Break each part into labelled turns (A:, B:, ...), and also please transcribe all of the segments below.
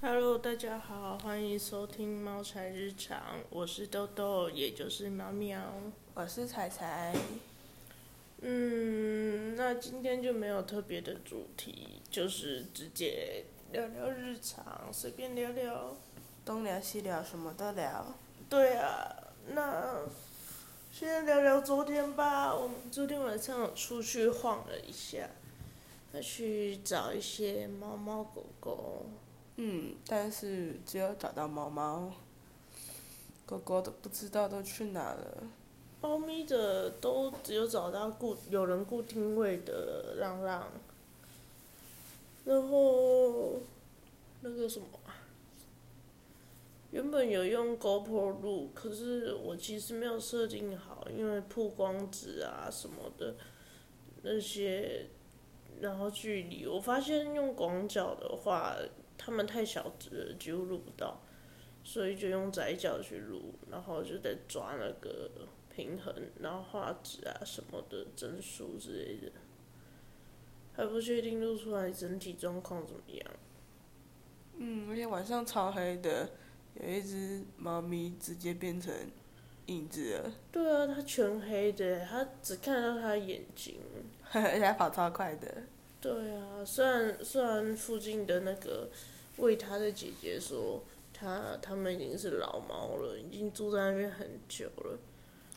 A: Hello，大家好，欢迎收听《猫柴日常》，我是豆豆，也就是喵喵。
B: 我是彩彩，
A: 嗯，那今天就没有特别的主题，就是直接聊聊日常，随便聊聊。
B: 东聊西聊，什么都聊。
A: 对啊，那先聊聊昨天吧。我们昨天晚上有出去晃了一下，要去找一些猫猫狗狗。
B: 嗯，但是只有找到猫猫，狗狗都不知道都去哪了。
A: 猫咪的都只有找到固有人固定位的浪浪，然后那个什么啊，原本有用 GoPro 录，可是我其实没有设定好，因为曝光值啊什么的那些，然后距离，我发现用广角的话，它们太小只了，几乎录不到。所以就用窄角去录，然后就得抓那个平衡，然后画质啊什么的帧数之类的，还不确定录出来整体状况怎么样。
B: 嗯，而且晚上超黑的，有一只猫咪直接变成影子了，
A: 对啊，它全黑的，它只看到它的眼睛。
B: 而且它跑超快的。
A: 对啊，虽然虽然附近的那个喂它的姐姐说，它它们已经是老猫了，已经住在那边很久了。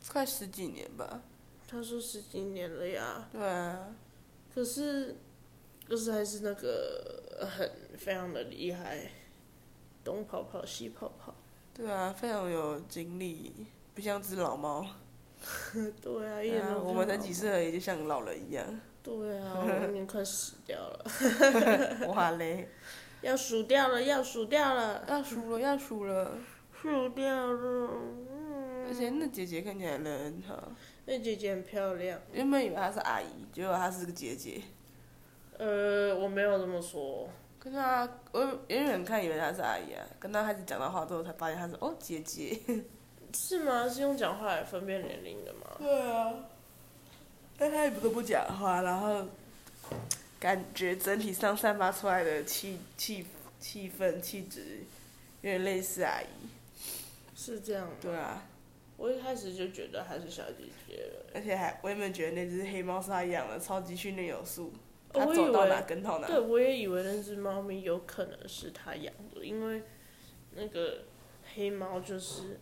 B: 快十几年吧。
A: 她说十几年了呀。
B: 对啊，
A: 可是，可是还是那个呃很非常的厉害，东跑跑西跑跑。
B: 对啊，非常有精力，不像只老猫。
A: 对啊，一
B: 对
A: 点
B: 啊
A: 都不
B: 我们才
A: 老
B: 几。岁而已，就像老了一 样。
A: 对啊，我已经快死掉了，
B: 哇嘞，
A: 要数掉了，要数掉了，
B: 要数了，要数了。
A: 数掉了。嗯，
B: 而且那姐姐看起来人很好，
A: 那姐姐很漂亮。
B: 原本以为她是阿姨，结果她是个姐姐。
A: 呃，我没有这么说。
B: 跟她，我远远看以为她是阿姨啊，跟她开始讲到话之后才发现她是哦姐姐。
A: 是吗？是用讲话来分辨年龄的吗？
B: 对啊，但她也不都不讲话，然后感觉整体上散发出来的气气气氛气质有点类似阿姨。
A: 是这样吗。
B: 对啊，
A: 我一开始就觉得她是小姐姐了。
B: 而且还我原本觉得那只黑猫是她养的，超级训练有素，
A: 哦
B: 它
A: 我以
B: 走到
A: 为
B: 哪跟到哪。
A: 对，我也以为那只猫咪有可能是他养的，因为那个黑猫就是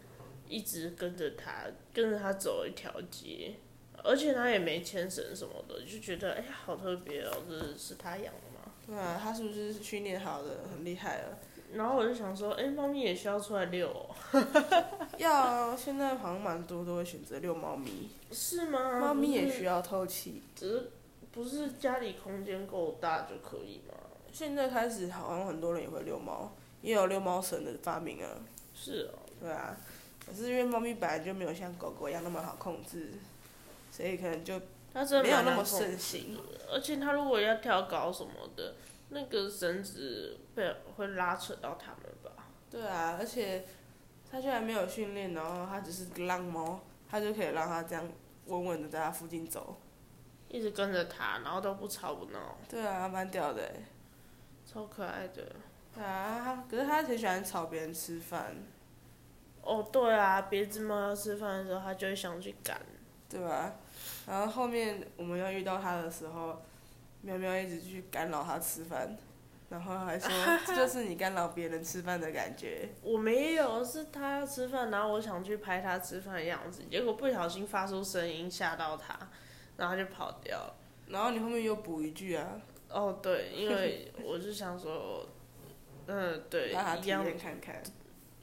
A: 一直跟着他，跟着他走一条街，而且它也没牵绳什么的，就觉得哎、呀好特别哦，这是他养的吗？
B: 对啊，它是不是训练好的，很厉害了？
A: 然后我就想说，哎、猫咪也需要出来遛、哦，
B: 要现在好像蛮多都会选择遛猫咪，
A: 是吗？
B: 猫咪也需
A: 要，
B: 要透气。
A: 只是不是家里空间够大就可以吗？
B: 现在开始好像很多人也会遛猫，也有遛猫绳的发明啊。
A: 是哦，
B: 对啊，可是因为猫咪本来就没有像狗狗一样那么好控制，所以可能就
A: 它真的
B: 没有
A: 蛮
B: 那
A: 难
B: 么
A: 控
B: 盛行。
A: 而且他如果要跳高什么的，那个绳子会会拉扯到他们吧？
B: 对啊，而且它居然没有训练，然后它只是个浪猫，它就可以让它这样稳稳的在它附近走。
A: 一直跟着他，然后都不吵不闹，
B: 对啊，蛮屌的欸。
A: 超可爱的。
B: 对啊，它可是它很喜欢吵别人吃饭。
A: 哦，对啊，别只猫要吃饭的时候，它就会想去赶。
B: 对吧？然后后面我们要遇到他的时候，喵喵一直去干扰他吃饭，然后还 说这就是你干扰别人吃饭的感觉。
A: 我没有，是它要吃饭，然后我想去拍它吃饭的样子，结果不小心发出声音吓到它，然后它就跑掉了。
B: 然后你后面又补一句啊，
A: 哦，对，因为我就想说，嗯，对，
B: 让他
A: 一
B: 体
A: 样
B: 验 看看，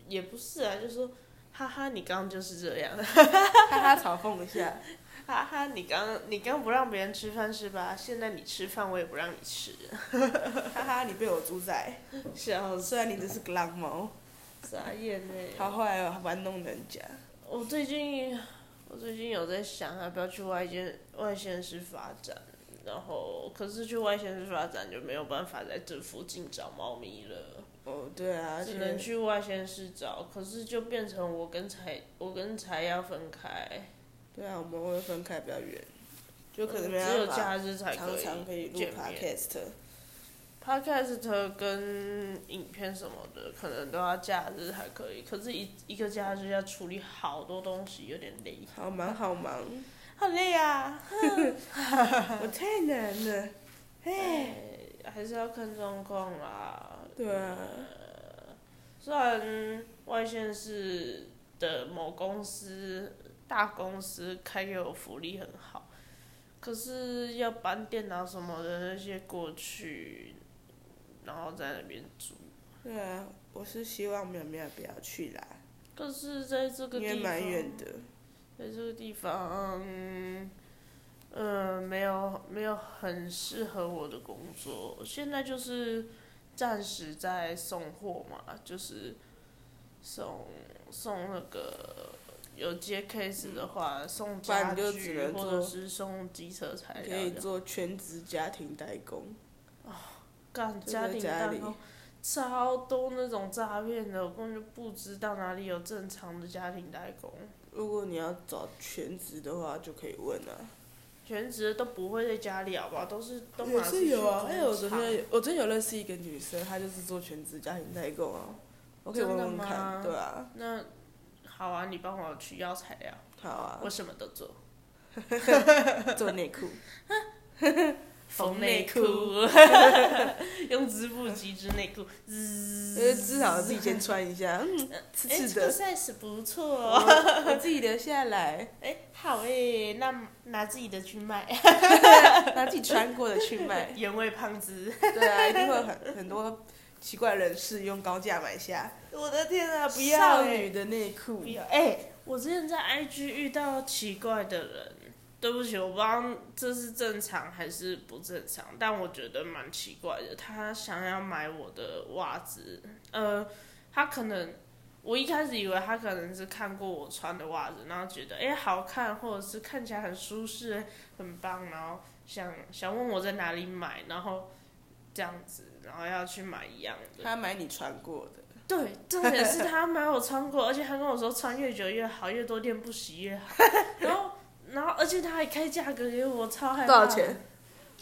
A: 也不是啊，就说，哈哈，你刚刚就是这样。
B: 哈哈嘲讽一下。
A: 哈哈，你刚你刚不让别人吃饭是吧？现在你吃饭，我也不让你吃，
B: 哈哈，你被我 主宰，
A: 笑死，
B: 虽然你只是个浪猫。
A: 傻眼呢。
B: 他后来有玩弄人家，
A: 我最近我最近有在想啊要不要去外县外县市发展，然后可是去外县市发展就没有办法在这附近找猫咪了，
B: 哦，对啊，而
A: 只能
B: 且
A: 去外县市找，可是就变成我跟柴我跟柴要分开，
B: 对啊，我们会分开比较远，就可能没
A: 呃只有
B: 办法
A: 假日才可
B: 常
A: 以
B: 常可以录
A: 见面
B: podcast。
A: Podcast 跟影片什么的，可能都要假日还可以，可是一一个假日要处理好多东西，有点累，
B: 好忙好忙，
A: 好累啊！
B: 我太难了。
A: 哎，还是要看状况啦。
B: 对啊，
A: 虽然外县市的某公司大公司开给我福利很好，可是要搬电脑什么的那些过去，然后在那边住。
B: 对啊，我是希望苗苗不要去啦，
A: 可是在这个
B: 因为
A: 地方
B: 蛮，远的。
A: 在这个地方，嗯、呃，没有没有很适合我的工作。现在就是暂时在送货嘛，就是送送那个有接 case 的话，送
B: 不然
A: 家
B: 你就只
A: 具
B: 能
A: 或
B: 做
A: 者是送机车材
B: 可以
A: 料的。
B: 做全职家庭代工，
A: 干
B: 就
A: 家
B: 在
A: 庭
B: 家
A: 代
B: 里
A: 工，超多那种诈骗的，我根本就不知道哪里有正常的家庭代工。
B: 如果你要找全职的话，就可以问啊。
A: 全职都不会在家里，好不好？都是都
B: 也
A: 马
B: 是有啊，
A: 还
B: 哎，我昨天有我真有认识一个女生，她就是做全职家庭代工啊，我可以问问
A: 真的吗
B: 看，对啊，
A: 那好啊，你帮我取药材料，
B: 好啊
A: 我，什么都做，
B: 做内 裤，
A: 缝
B: 缝
A: 内
B: 内
A: 裤
B: 裤，
A: 用织布机织内裤，
B: 呃，至少自己先穿一下，嗯，刺
A: 哎、
B: 刺
A: 这个
B: 的，
A: size 不错
B: 我
A: 哦，
B: 我自己留下来，
A: 哎、好哎、那拿自己的去 卖，
B: 拿自己穿过的去卖，
A: 原味胖子，
B: 对啊，一定会很很多奇怪人士用高价买下
A: 我的天啊，不要、
B: 少
A: 哎
B: 女的内裤
A: 不，要哎、我之前在 IG 遇到奇怪的人，对不起，我不知道这是正常还是不正常，但我觉得蛮奇怪的。他想要买我的袜子，呃，他可能我一开始以为他可能是看过我穿的袜子，然后觉得哎、好看，或者是看起来很舒适、很棒，然后想想问我在哪里买，然后这样子，然后要去买一样的。
B: 她买你穿过的。
A: 对，重点是他买我穿过，而且他跟我说穿越久越好，越多店不洗越 好。然后，然后，而且他还开价格给我，超害怕。
B: 多少钱？？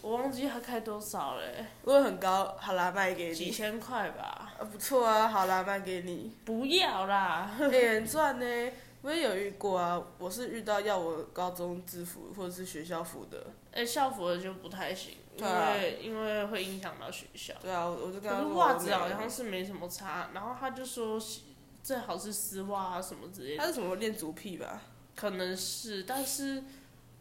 A: 我忘记他开多少了，
B: 如果很高，好啦，卖给
A: 几
B: 你，
A: 千块吧？
B: 啊，不错啊，好啦，卖给你，
A: 不要啦！
B: 哎、很赚呢、我也有遇过啊，我是遇到要我高中制服或者是学校服的，
A: 哎，校服的就不太行，因
B: 对啊
A: 为因为会影响到学校。
B: 对啊，我我就跟
A: 可
B: 他
A: 是
B: 说，
A: 袜子好
B: 我没
A: 像
B: 有
A: 是没什么差，然后他就说洗最好是丝袜啊什么之类的
B: 他。是什么恋足癖 吧？
A: 可能是，但是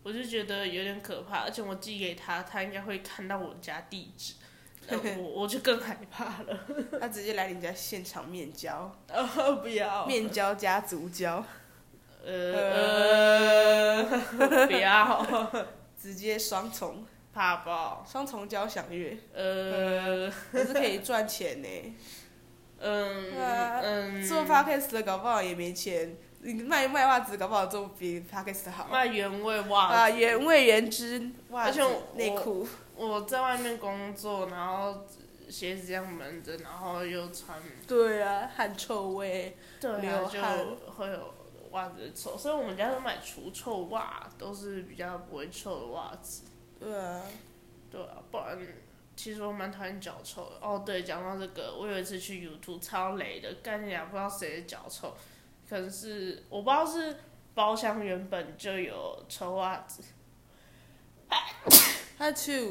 A: 我就觉得有点可怕，而且我寄给他，他应该会看到我家地址， 呃、我我就更害怕了。
B: 他直接来你家现场面交，
A: 呃，不要
B: 面交加足交，
A: 呃呃，不要，
B: 直接双重
A: 怕爆，
B: 双重交响乐，
A: 呃，
B: 可是可以赚钱呢、
A: 嗯
B: 啊
A: 嗯，
B: 做 podcast 的搞不好也没钱，你卖卖袜子搞不好做比 podcast 好。
A: 卖原味袜
B: 啊，
A: 子，
B: 原味原汁袜
A: 而且
B: 子
A: 我
B: 内裤，
A: 我在外面工作，然后鞋子这样闷着，然后又穿，
B: 对啊，汗臭味，
A: 对啊，
B: 流
A: 就
B: 汗
A: 会有袜子臭，所以我们家都买除臭袜，都是比较不会臭的袜子。
B: 对啊，
A: 对啊，不然其实我蛮讨厌脚臭的。哦，对，讲到这个，我有一次去 YouTube 超雷的，干你俩不知道谁的脚臭，可能是我不知道是包厢原本就有臭袜子，
B: 他去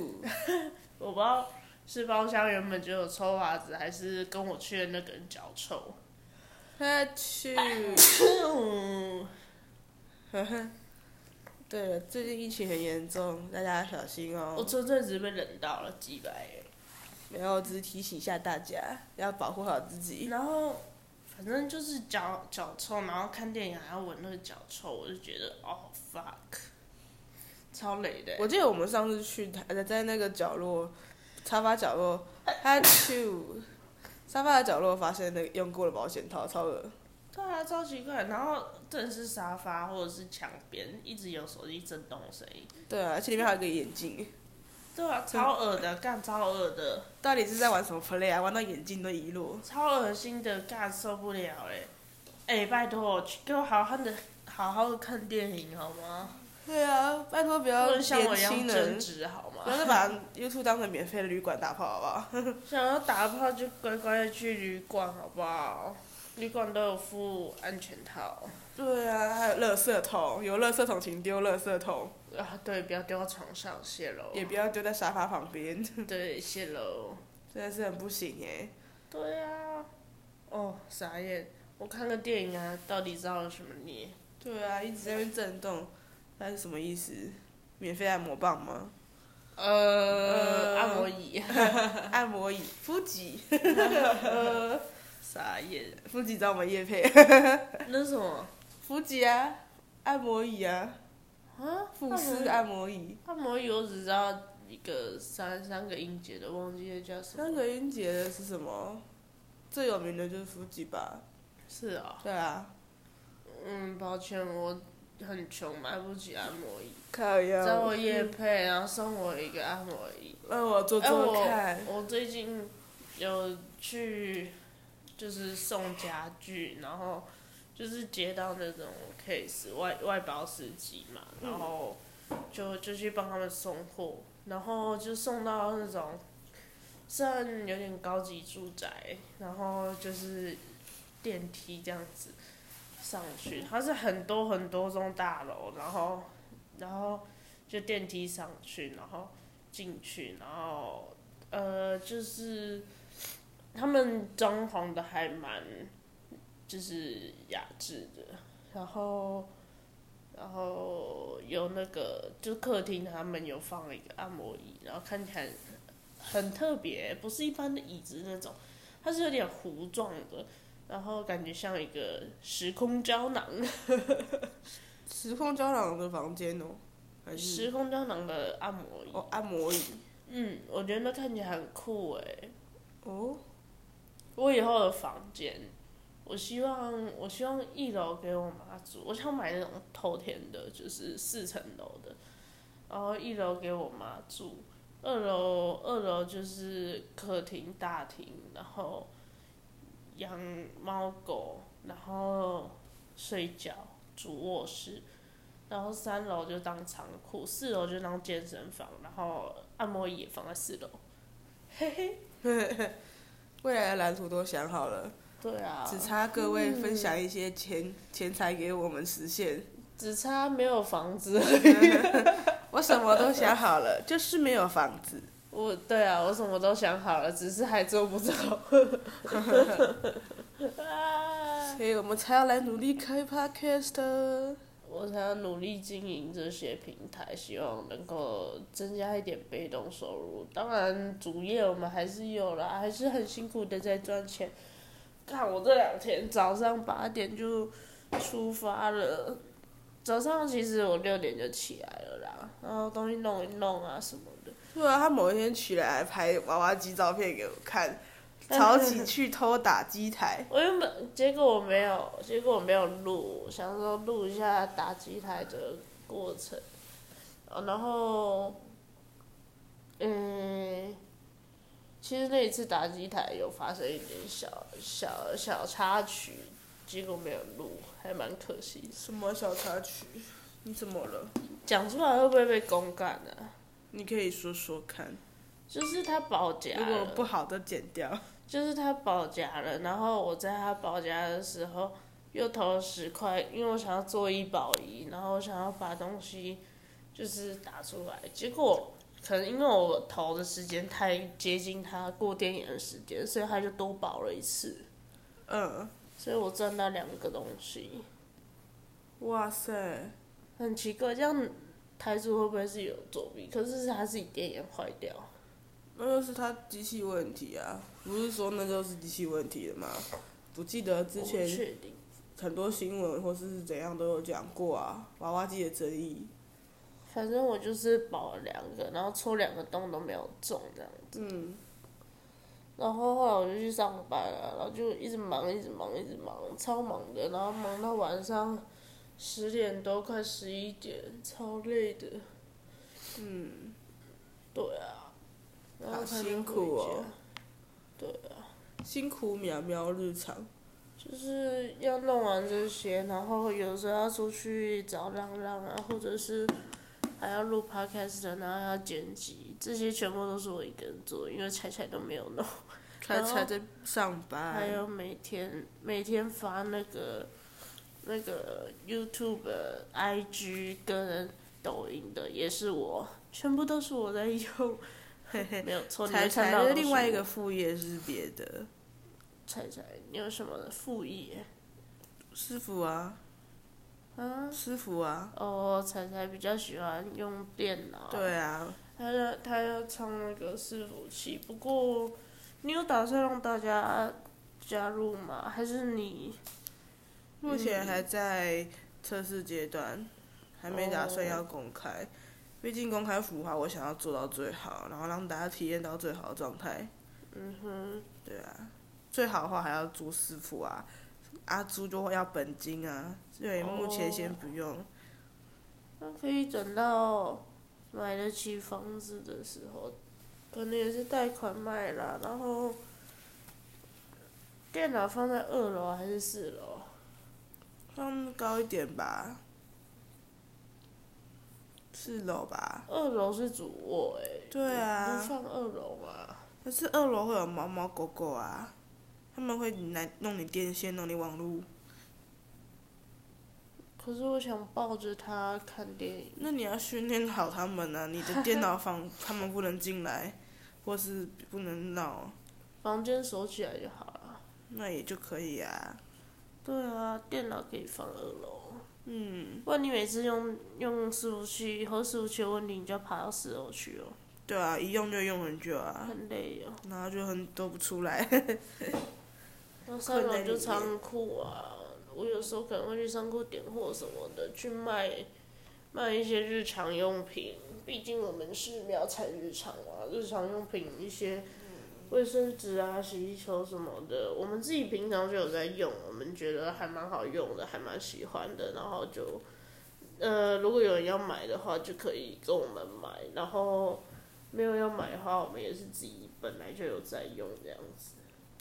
A: 我不知道是包厢原本就有臭袜子，还是跟我去的那个人脚臭。
B: 他去， 对了，最近疫情很严重，大家小心
A: 我
B: 哦。
A: 这阵子被冷到了，几百耶。
B: 然后只是提醒一下大家，要保护好自己。
A: 然后反正就是脚脚臭，然后看电影还要闻那个脚臭，我就觉得哦 fuck，超累的欸。
B: 我记得我们上次去台，呃在那个角落，沙发角落，他去沙发的角落发现那个用过的保险套，超恶。
A: 对啊，超奇怪。然后真的是沙发或者是墙边，一直有手机震动的声音。
B: 对啊，而且里面还有一个眼镜，
A: 对啊，超
B: 嗯
A: 恶的，干超恶的，
B: 到底是在玩什么 play 啊？玩到眼镜都遗落。
A: 超恶心的，干受不了哎、哎、拜托，去给我好好的好好的看电影好吗？
B: 对啊，拜托不要
A: 不能像我
B: 年
A: 一样
B: 轻
A: 争
B: 人，
A: 执好吗？嘛
B: 不。要再把 YouTube 当成免费的旅馆打炮，好不 好？
A: 想要打炮就乖乖的去旅馆，好不好？旅馆都有附安全套
B: 对啊，还有垃圾桶，有垃圾桶请丢垃圾桶，
A: 啊，对，不要丢到床上，谢喽。
B: 也不要丢在沙发旁边，
A: 对，谢喽。
B: 真的是很不行哎、
A: 对啊，哦，傻眼，我看个电影啊，到底造了什么孽？
B: 对啊，一直在那边震动，那是什么意思？免费按摩棒吗？
A: 呃，按摩椅，
B: 按摩椅，夫吉，
A: 傻眼。
B: 夫吉找我们叶配，
A: 那什么
B: 夫吉啊，按摩椅啊，
A: 啊？
B: 富士
A: 按
B: 按摩椅，
A: 摩椅按摩椅，我只知道一个三三个音节的，忘记了叫什么。
B: 三个音节的是什么？最有名的就是夫吉吧？
A: 是啊、
B: 对啊，
A: 嗯，抱歉，我很穷，买不起按摩椅。
B: 可以
A: 找我夜配，然后送我一个按摩椅。
B: 让我做
A: 哎，
B: 做看。
A: 我我最近有去就是送家具，然后就是接到那种 case 外外包司机嘛，然后就就去帮他们送货，然后就送到那种虽然有点高级住宅，然后就是电梯这样子上去，它是很多很多栋大楼，然后然后就电梯上去，然后进去，然后呃，就是他们装潢的还蛮就是雅致的，然后然后有那个就客厅他们有放了一个按摩椅，然后看起来很特别，不是一般的椅子那种，它是有点弧状的。然后感觉像一个时空胶囊，
B: 时空胶囊的房间哦，还是
A: 时空胶囊的按摩椅。
B: 哦按摩椅
A: 嗯，我觉得那看起来很酷哎、
B: 哦，
A: 我以后的房间，我希望我希望一楼给我妈住，我想买那种透天的，就是四层楼的，然后一楼给我妈住，二楼二楼就是客厅大厅，然后养猫狗，然后睡觉，主卧室。然后三楼就当仓库，四楼就当健身房，然后按摩椅也放在四楼。
B: 未来的蓝图都想好嗯了，
A: 对啊，
B: 只差各位分享一些钱钱财给我们实现。
A: 只差没有房子
B: 我什么都想好了，就是没有房子。
A: 我对啊，我什么都想好了，只是还做不到。 啊！
B: 所以我们才要来努力开 podcast。
A: 我想要努力经营这些平台，希望能够增加一点被动收入。当然，主业我们还是有了，还是很辛苦的在赚钱。看我这两天早上八点就出发了，早上其实我六点就起来了啦，然后东西弄一弄啊什么的。
B: 对啊，他某一天起来还拍娃娃机照片给我看，吵起去偷打机台。
A: 我原本结果我没有，结果我没有录，想说录一下打机台的过程，呃然后，嗯，其实那一次打机台有发生一点小小小插曲，结果没有录，还蛮可惜的。
B: 什么小插曲？你怎么了？
A: 讲出来会不会被公干呢、啊？
B: 你可以说说看，
A: 就是他保夹
B: 如果
A: 了
B: 不好的剪掉。
A: 就是他保夹了，然后我在他保夹的时候又投了十块，因为我想要做医保仪，然后我想要把东西就是打出来，结果可能因为我投的时间太接近他过电影的时间，所以他就多保了一次，
B: 嗯，
A: 所以我赚到两个东西，
B: 哇塞，
A: 很奇怪，这样台主会不会是有作弊？可是是他自己电源坏掉，
B: 那就是他机器问题啊，不是说那就是机器问题的吗？我记得之
A: 我不
B: 前
A: 确定。
B: 很多新闻或是怎样都有讲过啊，娃娃机的争议。
A: 反正我就是保了两个，然后戳两个洞都没有中这样子。
B: 嗯
A: 然后后来我就去上班了，然后就一直忙，一直忙，一直忙，超忙的，然后忙到晚上十点多，快十一点，超累的。嗯，对啊，然后
B: 嗯好
A: 才能
B: 辛苦
A: 回
B: 哦
A: 家。对啊。
B: 辛苦淼淼日常，
A: 就是要弄完这些，然后有时候要出去找浪浪啊，或者是还要录 podcast，然后要剪辑，这些全部都是我一个人做，因为彩彩都没有弄。
B: 他
A: 然后
B: 才在上班，
A: 还有每天每天发那个那个 YouTube、IG 跟抖音的也是我，全部都是我在用，
B: 嘿嘿，
A: 没有错。哦你
B: 才
A: 会
B: 才
A: 看到
B: 的
A: 都是
B: 另外一
A: 我
B: 个副业是别的，
A: 彩彩，你有什么副业？
B: 师傅啊，
A: 啊，
B: 师傅啊，
A: 哦，彩彩比较喜欢用电脑，，
B: 对啊，
A: 她要她要唱那个伺服器。不过，你有打算让大家加入吗？还是你
B: 目
A: 嗯
B: 前还在测试阶段，还没打算
A: 哦
B: 要公开。毕竟公开孵化，我想要做到最好，然后让大家体验到最好的状态。
A: 嗯哼，
B: 对啊，最好的话还要租师傅啊，阿租就会要本金啊，所以目前先不用。
A: 那呃可以等到买得起房子的时候，可能也是贷款卖啦。然后电脑放在二楼还是四楼？
B: 放高一点吧，四楼吧。
A: 二楼是主卧哎、
B: 对
A: 不
B: 啊，
A: 放二楼嘛。
B: 可是二楼会有猫猫狗狗啊，他们会来弄你电线，弄你网络。
A: 可是我想抱着它看电影。
B: 那你要训练好他们啊，你的电脑房他们不能进来，或是不能闹，
A: 房间锁起来就好了。
B: 那也就可以啊。
A: 对啊，电脑可以放二楼。
B: 嗯，
A: 不然你每次用用伺服器，以后伺服器有问题，你就要爬到四楼去哦，
B: 对啊，一用就用很久啊，
A: 很累哦。
B: 然后就很都不出来。
A: 那三楼就仓库啊，我有时候可能会去仓库点货什么的，去卖卖一些日常用品。毕竟我们是秒产日常啊，日常用品一些卫生纸啊、洗衣球什么的，我们自己平常就有在用，我们觉得还蛮好用的，还蛮喜欢的，然后就。呃，如果有人要买的话，就可以跟我们买。然后没有要买的话，我们也是自己本来就有在用这样子。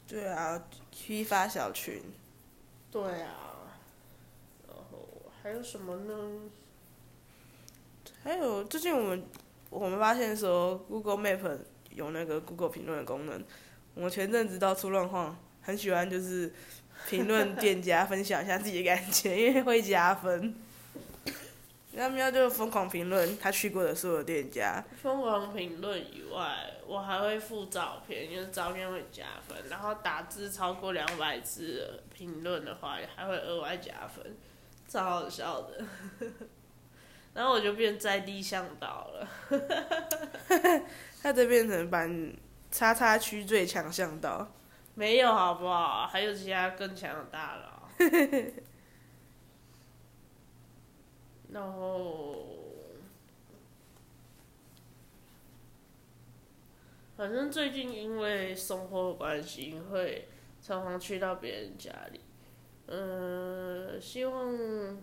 B: 对啊，批发小群，
A: 对啊，然后还有什么呢？
B: 还有最近我们我们发现说 Google Map 有那个 Google 评论的功能，我前阵子到处乱晃，很喜欢就是评论店家分享一下自己的感觉，因为会加分。 然后喵就疯狂评论他去过的所有店家，
A: 疯狂评论以外，我还会附照片，因为照片会加分。然后打字超过两百字的评论的话，还会额外加分，超好笑的。 然后我就变在地向导了。
B: 他这变成版叉叉区最强向导。
A: 没有好不好？还有其他更强的大佬。 然后，反正最近因为生活的关系，会常常去到别人家里。嗯、希望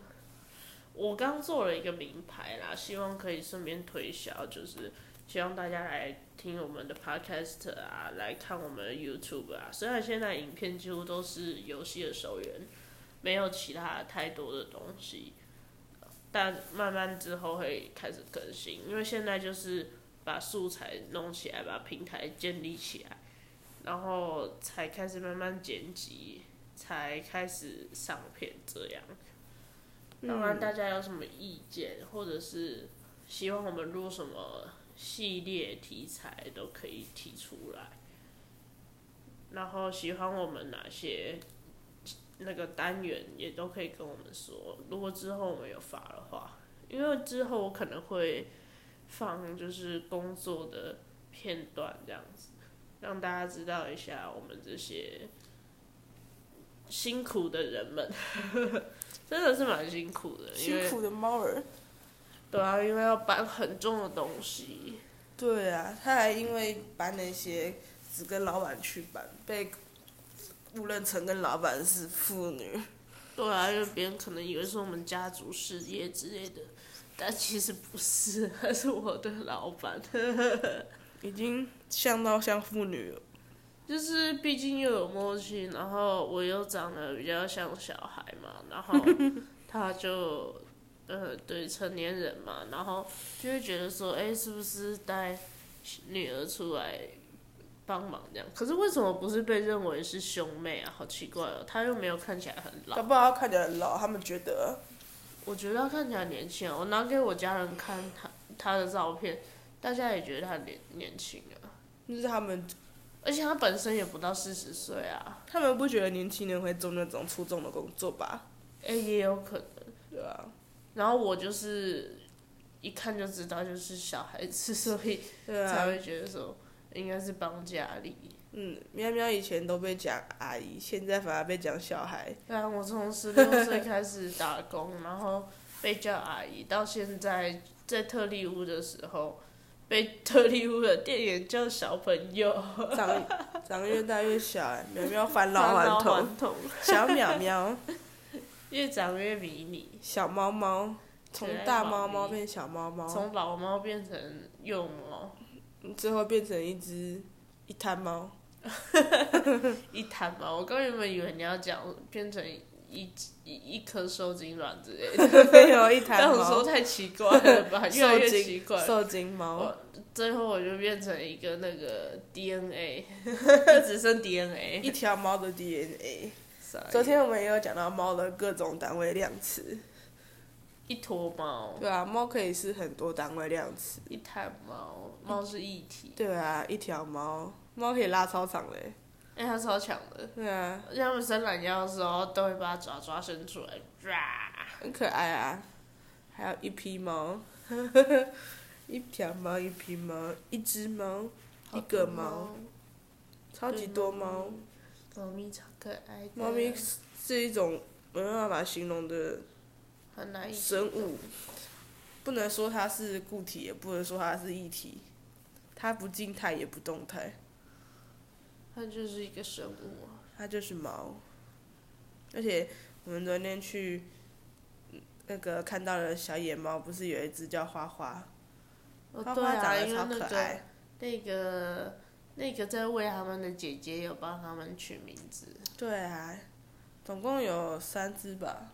A: 我刚做了一个名牌啦，希望可以顺便推销，就是希望大家来听我们的 podcast 啊，来看我们的 YouTube 啊。虽然现在影片几乎都是游戏的首源，没有其他太多的东西，但慢慢之后会开始更新，因为现在就是把素材弄起来，把平台建立起来，然后才开始慢慢剪辑，才开始上片这样。当然，大家有什么意见，或者是希望我们录什么系列题材，都可以提出来。然后喜欢我们哪些那个单元，也都可以跟我们说。如果之后我们有发的话，因为之后我可能会放就是工作的片段这样子，让大家知道一下我们这些呃辛苦的人们。 真的是蛮辛苦的，因为
B: 辛苦的猫儿。
A: 对啊，因为要搬很重的东西，
B: 对啊，他还因为搬那些只跟老板去搬，被误认成跟老板是妇女。
A: 对啊，因为别人可能以为是我们家族事业之类的，但其实不是， 他是我的老板。
B: 已经像到像妇女了。
A: 就是毕竟又有默契，然后我又长得比较像小孩嘛，然后他就呃，对成年人嘛，然后就会觉得说，哎，是不是带女儿出来帮忙这样？可是为什么不是被认为是兄妹啊？好奇怪哦，她又没有看起来很
B: 搞
A: 老，
B: 不好他看起来很老，他们觉得
A: 我觉得她看起来年轻啊。我拿给我家人看她她的照片，大家也觉得她年年轻啊，
B: 那是他们，
A: 而且她本身也不到四十岁啊，
B: 他们不觉得年轻人会做那种出众的工作吧？
A: 哎，也有可能。
B: 对啊，
A: 然后我就是一看就知道就是小孩子，所以
B: 对
A: 才
B: 啊，
A: 会觉得说应该是帮家里。
B: 嗯，喵喵以前都被讲阿姨，现在反而被讲小孩，
A: 对啊，我从十六岁开始打工，然后被叫阿姨，到现在在特力屋的时候，被特力屋的店员叫小朋友，
B: 长长得越大越小、哎，喵喵返 老
A: 返老
B: 还童，
A: 还童，
B: 小淼淼，
A: 越长越迷你，
B: 小猫猫，从大猫猫变小猫猫，
A: 从老猫变成幼猫，
B: 最后变成一只一滩猫，
A: 一滩猫。我刚原本以为你要讲变成一一一颗受精卵之类的，
B: 没有一
A: 但
B: 滩
A: 我说
B: 猫，
A: 太奇怪了 吧，越来越
B: 受精
A: 奇怪了。
B: 受精猫
A: 我，最后我就变成一个那个 DNA，就只剩 DNA
B: 一。条猫的 DNA。
A: 傻眼
B: 昨天我们也有讲到猫的各种单位量词，
A: 一坨猫，
B: 对啊，猫可以是很多单位量词，
A: 一滩猫，猫是一体，
B: 对啊，一条猫，猫可以拉操场嘞，
A: 哎、它超强的。
B: 对啊，
A: 而且它们伸懒腰的时候，都会把爪爪伸出来，抓。
B: 很可爱啊。还有一匹猫， 一条猫，一匹猫，一只猫，一个猫，
A: 哦
B: 超级多猫，，
A: 猫咪超可爱的，
B: 猫咪是一种没办法形容的
A: 很难以
B: 生物，不能说它是固体，也不能说它是液体，它不静态也不动态。
A: 它就是一个生物啊。
B: 它就是猫。而且我们昨天去嗯那个看到了小野猫，不是有一只叫花花，
A: 哦，
B: 花
A: 对
B: 花长
A: 啊，
B: 得
A: 因为
B: 超
A: 那
B: 可
A: 个
B: 爱。
A: 那个那个在喂它们的姐姐有帮它们取名字。
B: 对啊，总共有三只吧。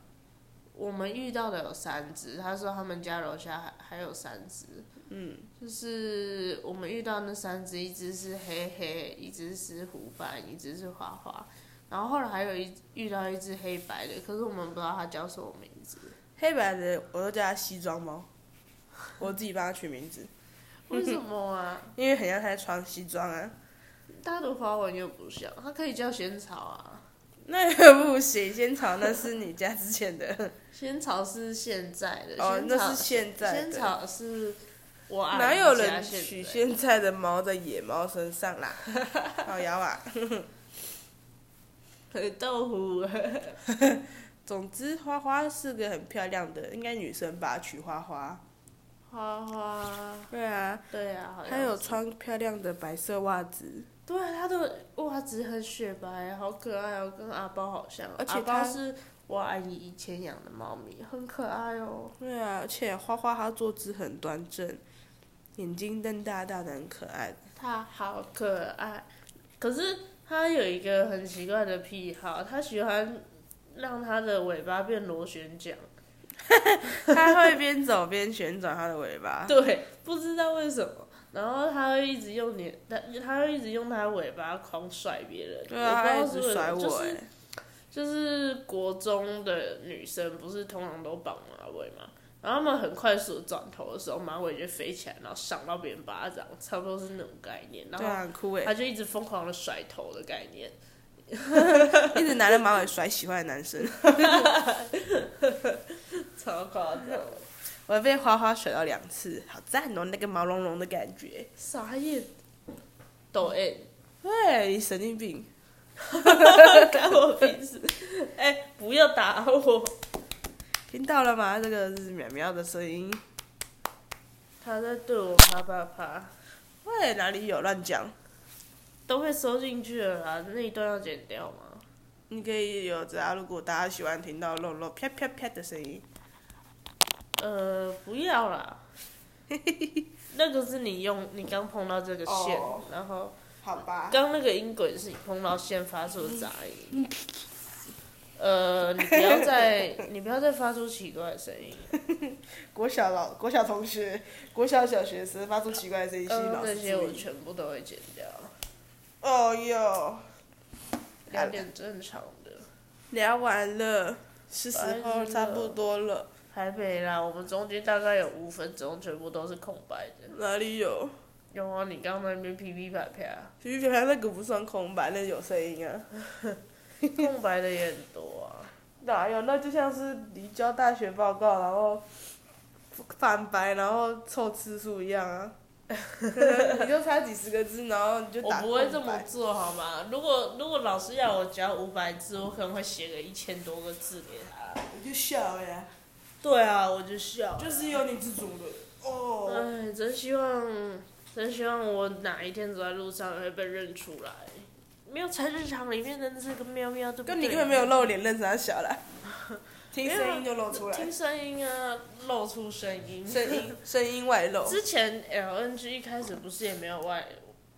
A: 我们遇到的有三只，他说他们家楼下还还有三只，
B: 嗯，
A: 就是我们遇到那三只，一只是黑黑，一只是虎斑，一只是花花，然后后来还有一遇到一只黑白的，可是我们不知道它叫什么名 字。
B: 黑白的我都叫它西装猫，我自己帮它取名字，
A: 为什么啊？
B: 因为很像它在穿西装啊。
A: 它的花纹又不像，它可以叫仙草啊。
B: 那也不行，仙草那是你家之前的
A: 仙草是现在的，
B: 哦，
A: 仙草
B: 那是现在
A: 仙
B: 的。
A: 草是我阿姨
B: 哪有
A: 家
B: 人
A: 现
B: 取
A: 在
B: 现在的猫在野猫身上啦？ 好摇啊！
A: 豆腐？
B: 总之，花花是个很漂亮的，应该女生吧，取花花。
A: 花花，
B: 对啊，
A: 对啊，好像
B: 她有
A: 是
B: 穿漂亮的白色袜子，
A: 对，他的袜子很雪白，好可爱哦，跟阿包好像。
B: 而且
A: 阿包
B: 它
A: 是我阿姨以前养的猫咪，很可爱哦。
B: 对啊，而且花花她坐姿很端正，眼睛瞪大大的，很可爱。
A: 它好可爱，可是它有一个很奇怪的癖好，它喜欢让它的尾巴变螺旋桨。
B: 她会边走边旋转她的尾 巴，
A: 对，不知道为什么。然后它会一直用你，它它会一直用它尾巴狂甩别人，
B: 对啊，她
A: 我
B: 一
A: 不知道是为什
B: 直甩
A: 么
B: 我、
A: 就
B: 欸，
A: 是就是国中的女生，不是通常都绑马尾嘛？然后她们很快速地转头的时候，马尾就飞起来，然后赏到别人巴掌，差不多是那种概念。然
B: 对啊，
A: 后
B: 很酷哎、
A: 她就一直疯狂的甩头的概念，
B: 啊一直拿着马尾甩喜欢的男生。
A: 超夸张，
B: 我被花花甩到两次，好赞哦，那个毛茸茸的感觉。
A: 傻眼。抖 M，
B: 对，你神经病。
A: 干我屁事！哎、不要打我。
B: 听到了吗？这个是淼淼的声音。
A: 他在对我啪啪啪，
B: 喂，哪里有乱讲？
A: 都被收进去了啦，那一段要剪掉吗？
B: 你可以有着啊，如果大家喜欢听到肉肉啪啪啪的声音，
A: 呃，不要啦。 那个是你用你刚碰到这个线
B: 哦
A: 然后
B: 好吧？
A: 刚那个音轨是你碰到线发出的杂音。呃，你不要再你不要再发出奇怪的声 音。
B: 国小老国小同学、国小小学生发出奇怪的声音，吸
A: 刚
B: 引
A: 刚
B: 老
A: 呃那
B: 师
A: 些
B: 注
A: 我
B: 意。
A: 全部都会剪掉，
B: 哦哟，
A: 聊点正常的。
B: 聊完了，是时
A: 完
B: 候
A: 了
B: 差不多了。
A: 还没啦，我们中间大概有五分钟，全部都是空白的。
B: 哪里有？
A: 有啊，你刚刚那边噼噼啪啪，
B: 皮皮啪那个不算空白，那有声音啊。
A: 空白的也很多啊。
B: 哪有？那就像是你交大学报告，然后反白，然后凑次数一样 啊。你就差几十个字，然后你就
A: 我
B: 打
A: 不会
B: 空
A: 这么
B: 白
A: 做好吗？如果如果老师要我交五百字，我可能会写个一千多个字给他。
B: 你就笑了呀，
A: 对啊，我就笑。
B: 就是有你自主的哦。
A: 哎，真希望，真希望我哪一天走在路上会被认出来。没有才日常里面的这个喵喵，对不对？
B: 跟你根本没有露脸，认识他小了，听声音就露出来，
A: 听声音啊，露出哎声音。
B: 声音声音外露。
A: 之前 LNG 一开始不是也没有外，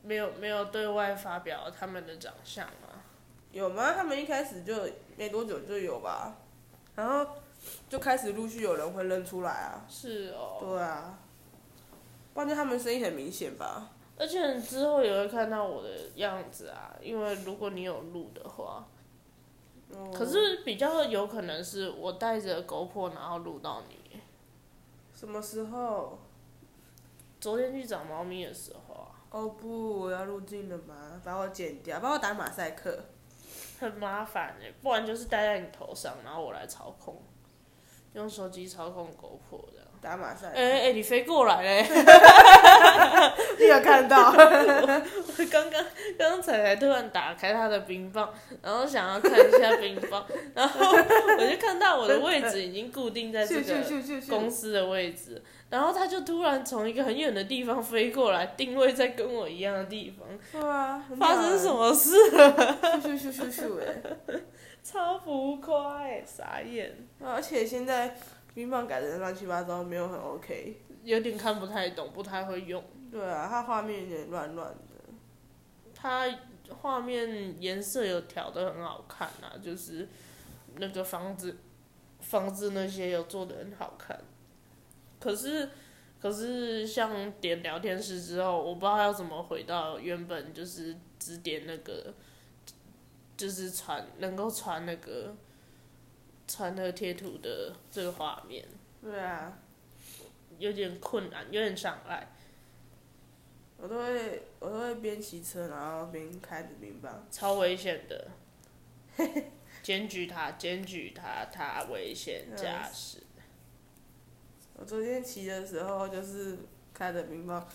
A: 没有没有对外发表他们的长相吗？
B: 有吗？他们一开始就没多久就有吧，然后就开始陆续有人会认出来啊。
A: 是哦，
B: 对啊，不然就他们声音很明显吧。
A: 而且你之后也会看到我的样子啊，因为如果你有录的话，
B: 哦
A: 可是比较有可能是我带着狗破然后录到你。
B: 什么时候？
A: 昨天去找猫咪的时候啊，
B: 哦不，我要入镜了吗？把我剪掉，帮我打马赛克。
A: 很麻烦哎、不然就是戴在你头上，然后我来操控，用手机操控狗破这样。
B: 打马赛
A: 哎
B: 克，
A: 哎、你飞过来嘞、
B: 你有看 到？
A: 刚刚刚才才突然打开他的冰棒，然后想要看一下冰棒，然后我就看到我的位置已经固定在这
B: 咻咻
A: 个
B: 咻咻
A: 公
B: 咻！
A: 司的位置，然后他就突然从一个很远的地方飞过来，定位在跟我一样的地方，
B: 对啊，很
A: 发
B: 好
A: 生
B: 玩
A: 什？么事了？
B: 咻咻咻咻咻！哎，
A: 超浮夸欸，傻眼，
B: 而且现在冰棒改的乱七八糟，没有很 OK。
A: 有点看不太懂，不太会用。
B: 对啊，它画面有点乱乱的。
A: 它画面颜色有调的很好看啊，就是那个房子房子那些有做的很好看。可是可是像点聊天室之后，我不知道要怎么回到原本就是只点那个，就是传能够传那个传那个贴图的这个画面，
B: 对啊，
A: 有点困难，有点障碍。
B: 我都会我都会边骑车，然后边开着冰棒。
A: 超危险的。 检举他，检举他，他危险驾驶。
B: 我昨天骑的时候就是开着冰棒，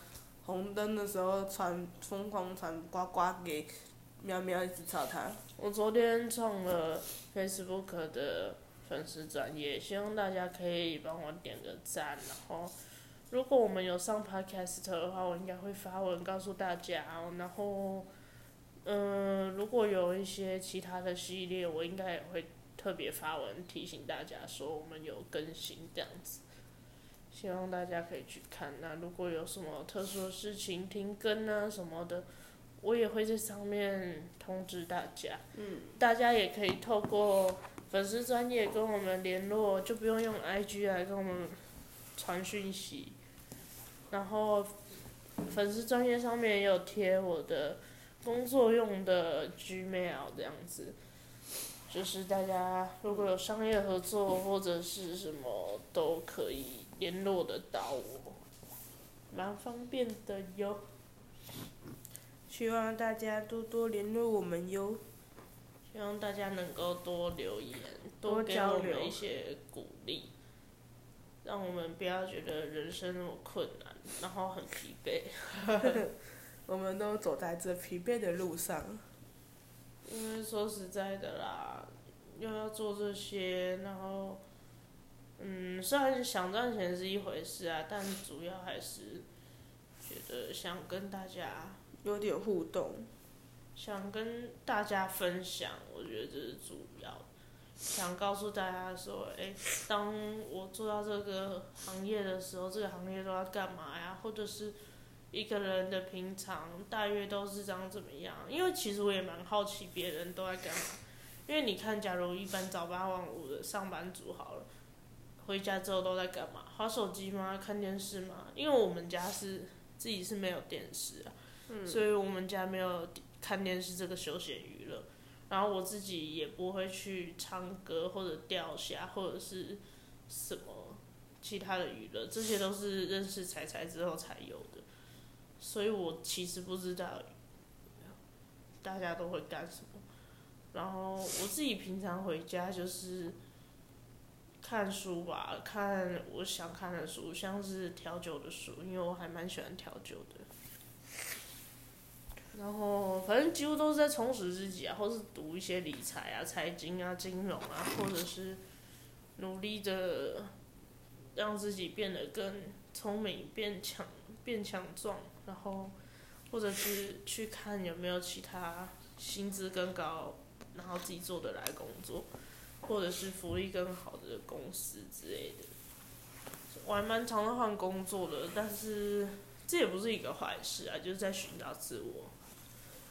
B: 红灯的时候传疯狂传呱呱给喵喵，一直吵它。
A: 我昨天创了 Facebook 的粉丝专业，希望大家可以帮我点个赞。然后，如果我们有上 Podcast 的话，我应该会发文告诉大家。哦然后，嗯、如果有一些其他的系列，我应该也会特别发文提醒大家说我们有更新这样子。希望大家可以去看。那如果有什么特殊的事情停更啊什么的，我也会在上面通知大家。嗯，大家也可以透过粉丝专业跟我们联络，就不用用 IG 来跟我们传讯息。然后粉丝专业上面也有贴我的工作用的 Gmail 这样子。就是大家如果有商业合作或者是什么都可以联络得到我，蛮方便的哟。
B: 希望大家多多联络我们哟。
A: 希望大家能够多留言，
B: 多
A: 给我
B: 交流
A: 们一些鼓励，让我们不要觉得人生那么困难，然后很疲惫。
B: 我们都走在这疲惫的路上，
A: 因为说实在的啦，又要做这些，然后，嗯，虽然想赚钱是一回事啊，但主要还是觉得想跟大家，
B: 有点互动。
A: 想跟大家分享，我觉得这是主要的。想告诉大家说，哎、当我做到这个行业的时候，这个行业都要干嘛呀？或者是一个人的平常大约都是长怎么样？因为其实我也蛮好奇别人都在干嘛，因为你看，假如一般早八晚五的上班族好了，回家之后都在干嘛？划手机吗？看电视吗？因为我们家是自己是没有电视啊，所以我们家没有看电视这个休闲娱乐。然后我自己也不会去唱歌或者钓虾或者是什么其他的娱乐，这些都是认识彩彩之后才有的。所以我其实不知道大家都会干什么。然后我自己平常回家就是看书吧，看我想看的书，像是调酒的书，因为我还蛮喜欢调酒的。然后反正几乎都是在充实自己啊，或是读一些理财啊、财经啊、金融啊，或者是努力的让自己变得更聪明、变强、变强壮，然后或者是去看有没有其他薪资更高，然后自己做得来工作，或者是福利更好的公司之类的。我还蛮常在换工作的，但是这也不是一个坏事啊，就是在寻找自我。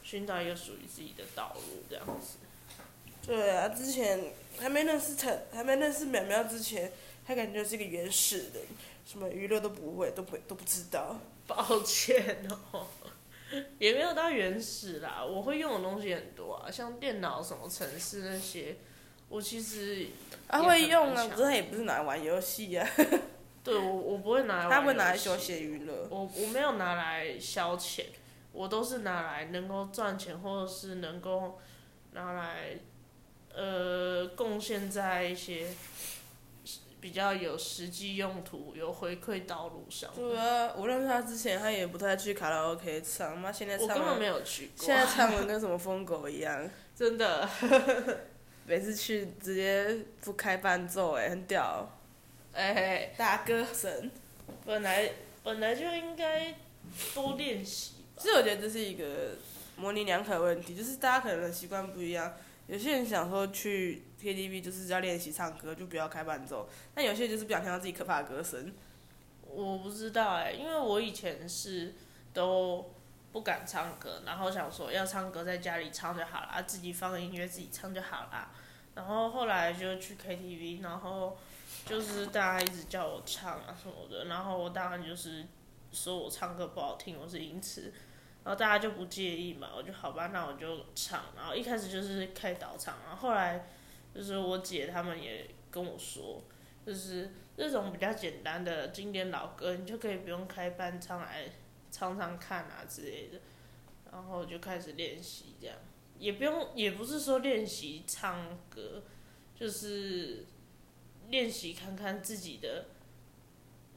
A: 寻找一个属于自己的道路，这样子。
B: 对啊，之前还没认识陈，还没认识淼淼之前，他感觉是个原始人，什么娱乐都不会，都不都不知道。
A: 抱歉哦， 也没有到原始啦，我会用的东西很多啊，像电脑、什么程式那些，我其实
B: 他
A: 也
B: 会
A: 很
B: 用
A: 难
B: 啊，
A: 想
B: 可是他也不是拿来玩游戏啊，
A: 对我我不会拿来玩游戏，
B: 他会拿来休闲娱乐。
A: 我我没有拿来消遣，我都是拿来能够赚钱，或者是能够拿来呃贡献在一些比较有实际用途、有回馈道路上。
B: 对啊，我认识他之前，他也不太去卡拉 OK 唱，妈现在
A: 我
B: 唱
A: 根本
B: 的
A: 没有去过，
B: 现在唱的跟什么疯狗一样，
A: 真的。
B: 每次去直接不开伴奏、哎，很屌，
A: 哎、
B: 大歌神。
A: 本来本来就应该多练习吧
B: 其。实我觉得这是一个模棱两可的问题，就是大家可能习惯不一样。有些人想说去 KTV 就是要练习唱歌，就不要开伴奏；但有些人就是不想听到自己可怕的歌声。
A: 我不知道哎、因为我以前是都不敢唱歌，然后想说要唱歌在家里唱就好啦，自己放音乐自己唱就好啦。然后后来就去 KTV，然后就是大家一直叫我唱啊什么的，然后我当然就是说我唱歌不好听，我是音痴，然后大家就不介意嘛，我就好吧，那我就唱。然后一开始就是开导唱，然后后来就是我姐他们也跟我说，就是这种比较简单的经典老歌，你就可以不用开伴唱来唱唱看啊之类的，然后就开始练习这样，也不用也不是说练习唱歌，就是练习看看自己的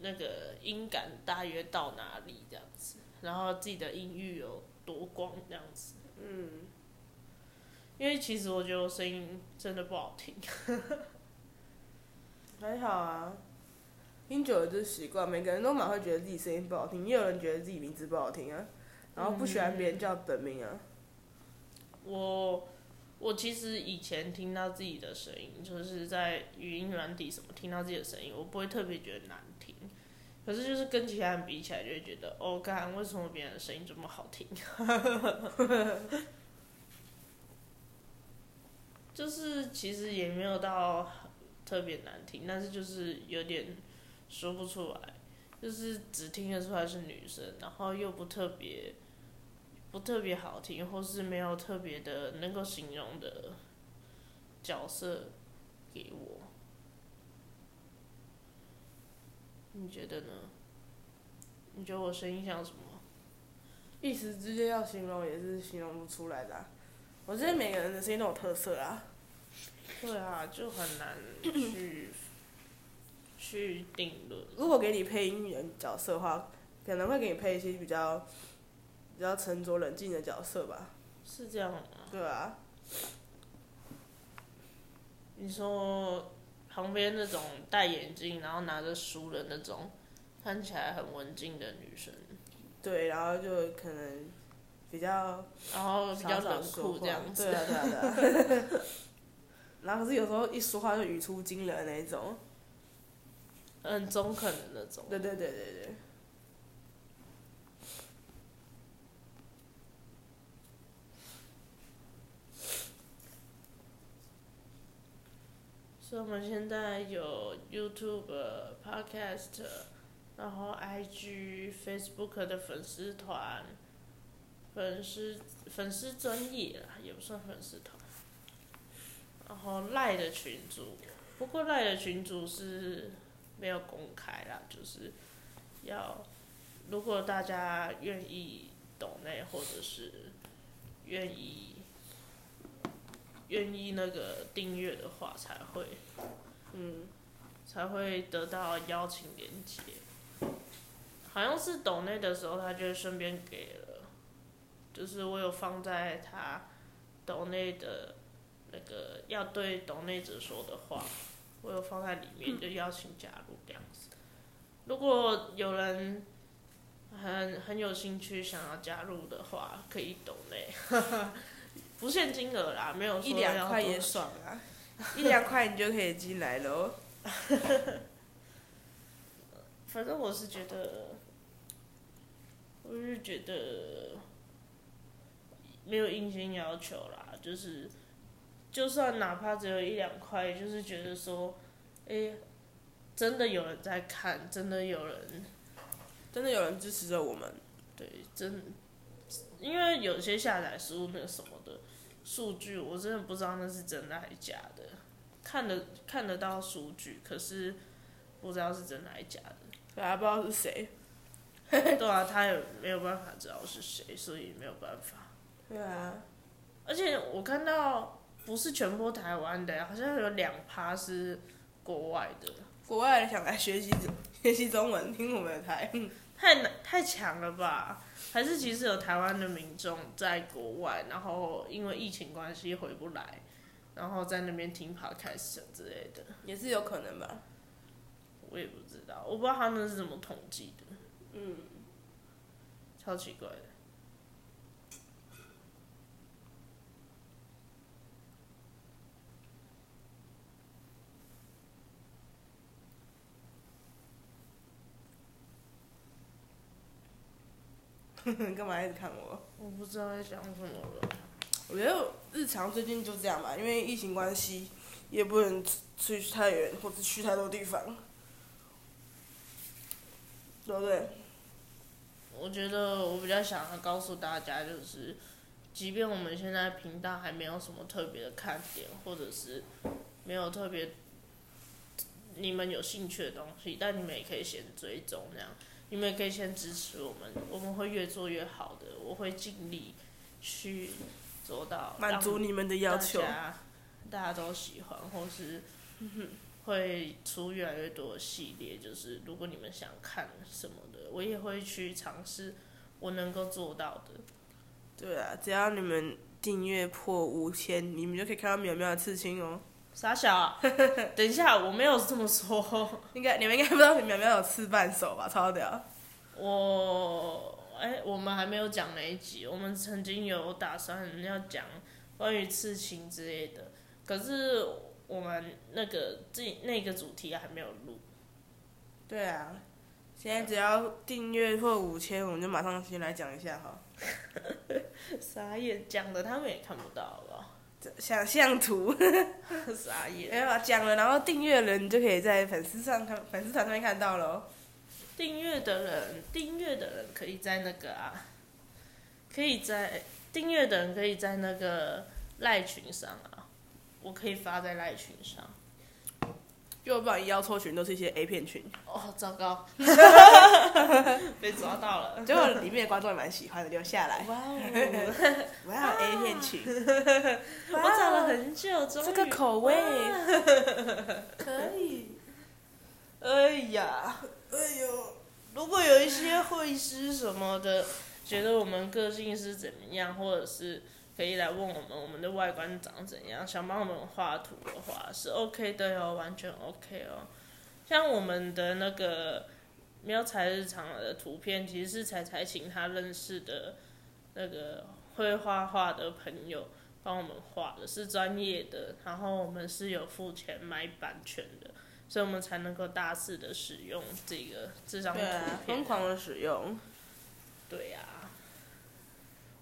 A: 那个音感大约到哪里这样子，然后自己的音域有多广这样子，
B: 嗯，
A: 因为其实我觉得我声音真的不好听，
B: 还好啊，听久了就是习惯。每个人都蛮会觉得自己声音不好听，也有人觉得自己名字不好听啊，然后不喜欢别人叫本名啊。
A: 我我其实以前听到自己的声音，就是在语音软体什么听到自己的声音，我不会特别觉得难听。可是就是跟其他人比起来，就会觉得哦，干为什么别人的声音这么好听？ 就是其实也没有到特别难听，但是就是有点说不出来，就是只听得出来是女生，然后又不特别不特别好听，或是没有特别的能够形容的角色给我。你觉得呢？你觉得我声音像什么？
B: 一时之间要形容也是形容不出来的、啊。我觉得每个人的声音都有特色啊。
A: 对啊，就很难去 去定论。
B: 如果给你配音员角色的话，可能会给你配一些比较比较沉着冷静的角色吧。
A: 是这样吗？
B: 对啊，
A: 你说旁边那种戴眼镜，然后拿着书的那种，看起来很文静的女生，
B: 对，然后就可能比较
A: 然后哦比较
B: 少少
A: 冷
B: 说
A: 酷
B: 话
A: 这样子。
B: 对啊，对啊，对啊。 然后可是有时候一说话就语出惊人那一种。
A: 嗯，中肯的那种。
B: 对对对对对。
A: 所以我们现在有 YouTube、Podcast，然后 IG、Facebook 的粉丝团，粉丝粉丝专业啦，也不算粉丝团。然后赖的群主，不过赖的群主是没有公开啦，就是要如果大家愿意懂内，或者是愿意愿意那个订阅的话，才会
B: 嗯，
A: 才会得到邀请链接。好像是抖内的时候，他就会顺便给了，就是我有放在他抖内的那个要对抖内者说的话，我有放在里面，就邀请加入这样子。如果有人很很有兴趣想要加入的话，可以抖内， 不限金额啦，没有哦说
B: 一
A: 要
B: 两块
A: 多
B: 也
A: 少
B: 爽啊， 一两块你就可以进来了哦。
A: 反正我是觉得，我是觉得没有硬性要求啦，就是就算哪怕只有一两块，就是觉得说，诶，真的有人在看，真的有人
B: 真的有人支持着我们，
A: 对，真，因为有些下载书那个什么的数据，我真的不知道那是真的还是假的，看得看得到数据，可是不知道是真的还是假的。
B: 对啊，不知道是谁。
A: 对啊，他也没有办法知道是谁，所以没有办法。
B: 对啊，
A: 而且我看到不是全部台湾的，好像有两趴是国外的，
B: 国外人想来学习 学习中文，听我们的台。
A: 太难太强了吧？还是其实有台湾的民众在国外，然后因为疫情关系回不来，然后在那边听 podcast 之类的，
B: 也是有可能吧。
A: 我也不知道，我不知道他们是怎么统计的，
B: 嗯，
A: 超奇怪的。
B: 你 干嘛一直看我？
A: 我不知道在讲什么了。
B: 我觉得我日常最近就这样吧，因为疫情关系，也不能出去太远或者去太多地方，对不对？
A: 我觉得我比较想要告诉大家，就是，即便我们现在频道还没有什么特别的看点，或者是没有特别你们有兴趣的东西，但你们也可以先追踪这样，你们也可以先支持我们，我们会越做越好的，我会尽力去做到
B: 满足你们的要求
A: 大。家大家都喜欢，或是会出越来越多的系列。就是如果你们想看什么的，我也会去尝试我能够做到的。
B: 对啊，只要你们订阅破五千，你们就可以看到淼淼的刺青哦。
A: 傻小、啊，等一下，我没有这么说。
B: 应该你们应该不知道淼淼有刺半手吧？超屌！
A: 我哎、我们还没有讲那一集，我们曾经有打算要讲关于刺青之类的，可是我们那个这那个主题还没有录。
B: 对啊，现在只要订阅破五千，我们就马上先来讲一下哈。
A: 傻眼，讲的他们也看不到，好不好？
B: 这想象图。
A: 傻
B: 没
A: 眼。
B: 有啊，讲了，然后订阅了，你就可以在粉丝上看粉丝团上面看到喽。
A: 订阅的人，订阅的人可以在那个啊，可以在订阅的人可以在那个赖群上啊，我可以发在赖群上。
B: 又不然邀错群都是一些 A 片 群，
A: 哦，糟糕， 被抓到了。
B: 结果里面的观众也蛮喜欢的，留下来。
A: 哇哦！
B: 哇，A 片群，
A: 我找了很久，终于
B: 这个口味
A: 哇
B: 可以。
A: 哎呀，
B: 哎呦，
A: 如果有一些会师什么的，觉得我们个性是怎么样，或者是可以来问我们我们的外观长怎样，想帮我们画图的话是 OK 的哟，完全 OK 哦。像我们的那个喵才日常的图片，其实是彩彩请他认识的那个会画画的朋友帮我们画的，是专业的，然后我们是有付钱买版权的。所以我们才能够大肆的使用这个这张图
B: 对啊，
A: 片，
B: 疯狂的使用。
A: 对呀、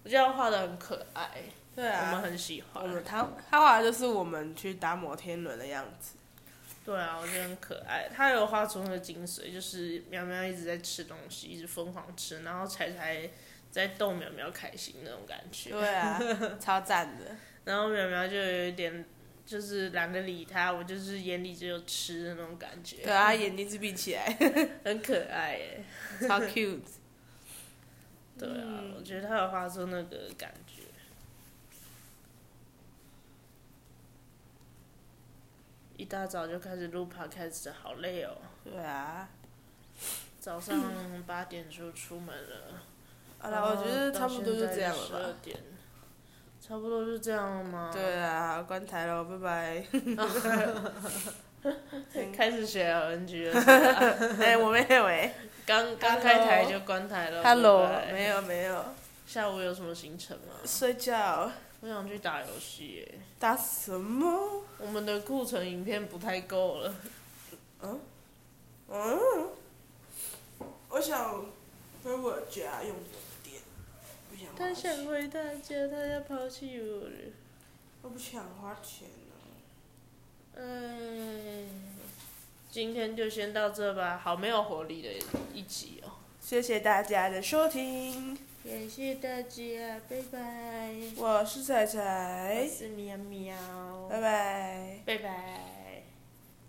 A: 我觉得他画的很可爱，
B: 对
A: 我们
B: 啊，
A: 很喜
B: 我
A: 欢。
B: 们他他画的就是我们去搭摩天轮的样子，
A: 对啊，我觉得很可爱。他有画出那个精髓，就是喵喵一直在吃东西，一直疯狂吃，然后彩彩在逗喵喵开心那种感觉。
B: 对啊， 超赞的。
A: 然后苗苗就有一点就是懒得理他，我就是眼里只有吃的那种感觉，
B: 对啊，他眼睛是闭起来，
A: 很可爱耶。
B: 超 cute。
A: 对啊，
B: 嗯
A: 我觉得他有发出那个感觉。一大早就开始录 podcast，好累哦。
B: 对啊，
A: 早上八点就出门了，
B: 嗯好了，我觉得差不多就这样了
A: 十二
B: 吧。
A: 点，差不多就这样了吗？
B: 对啊，关台了，拜 拜。嗯
A: 开始学 RNG 了是吧，
B: 哎，我没有哎
A: 刚刚开台就关台了。
B: ，Hello，
A: 拜拜
B: 没有没有，
A: 下午有什么行程吗？
B: 睡觉
A: 我想去打游戏耶，
B: 打什么？
A: 我们的库存影片不太够了。
B: 我想回我家用电，不想
A: 他想回大家，他要抛弃我了。
B: 我不想花钱了。
A: 哎，今天就先到这吧，好没有活力的一集哦。
B: 谢谢大家的收听，
A: 感谢大家，拜拜。
B: 我是彩
A: 我
B: 彩，
A: 是喵喵，
B: 拜拜。
A: 拜拜。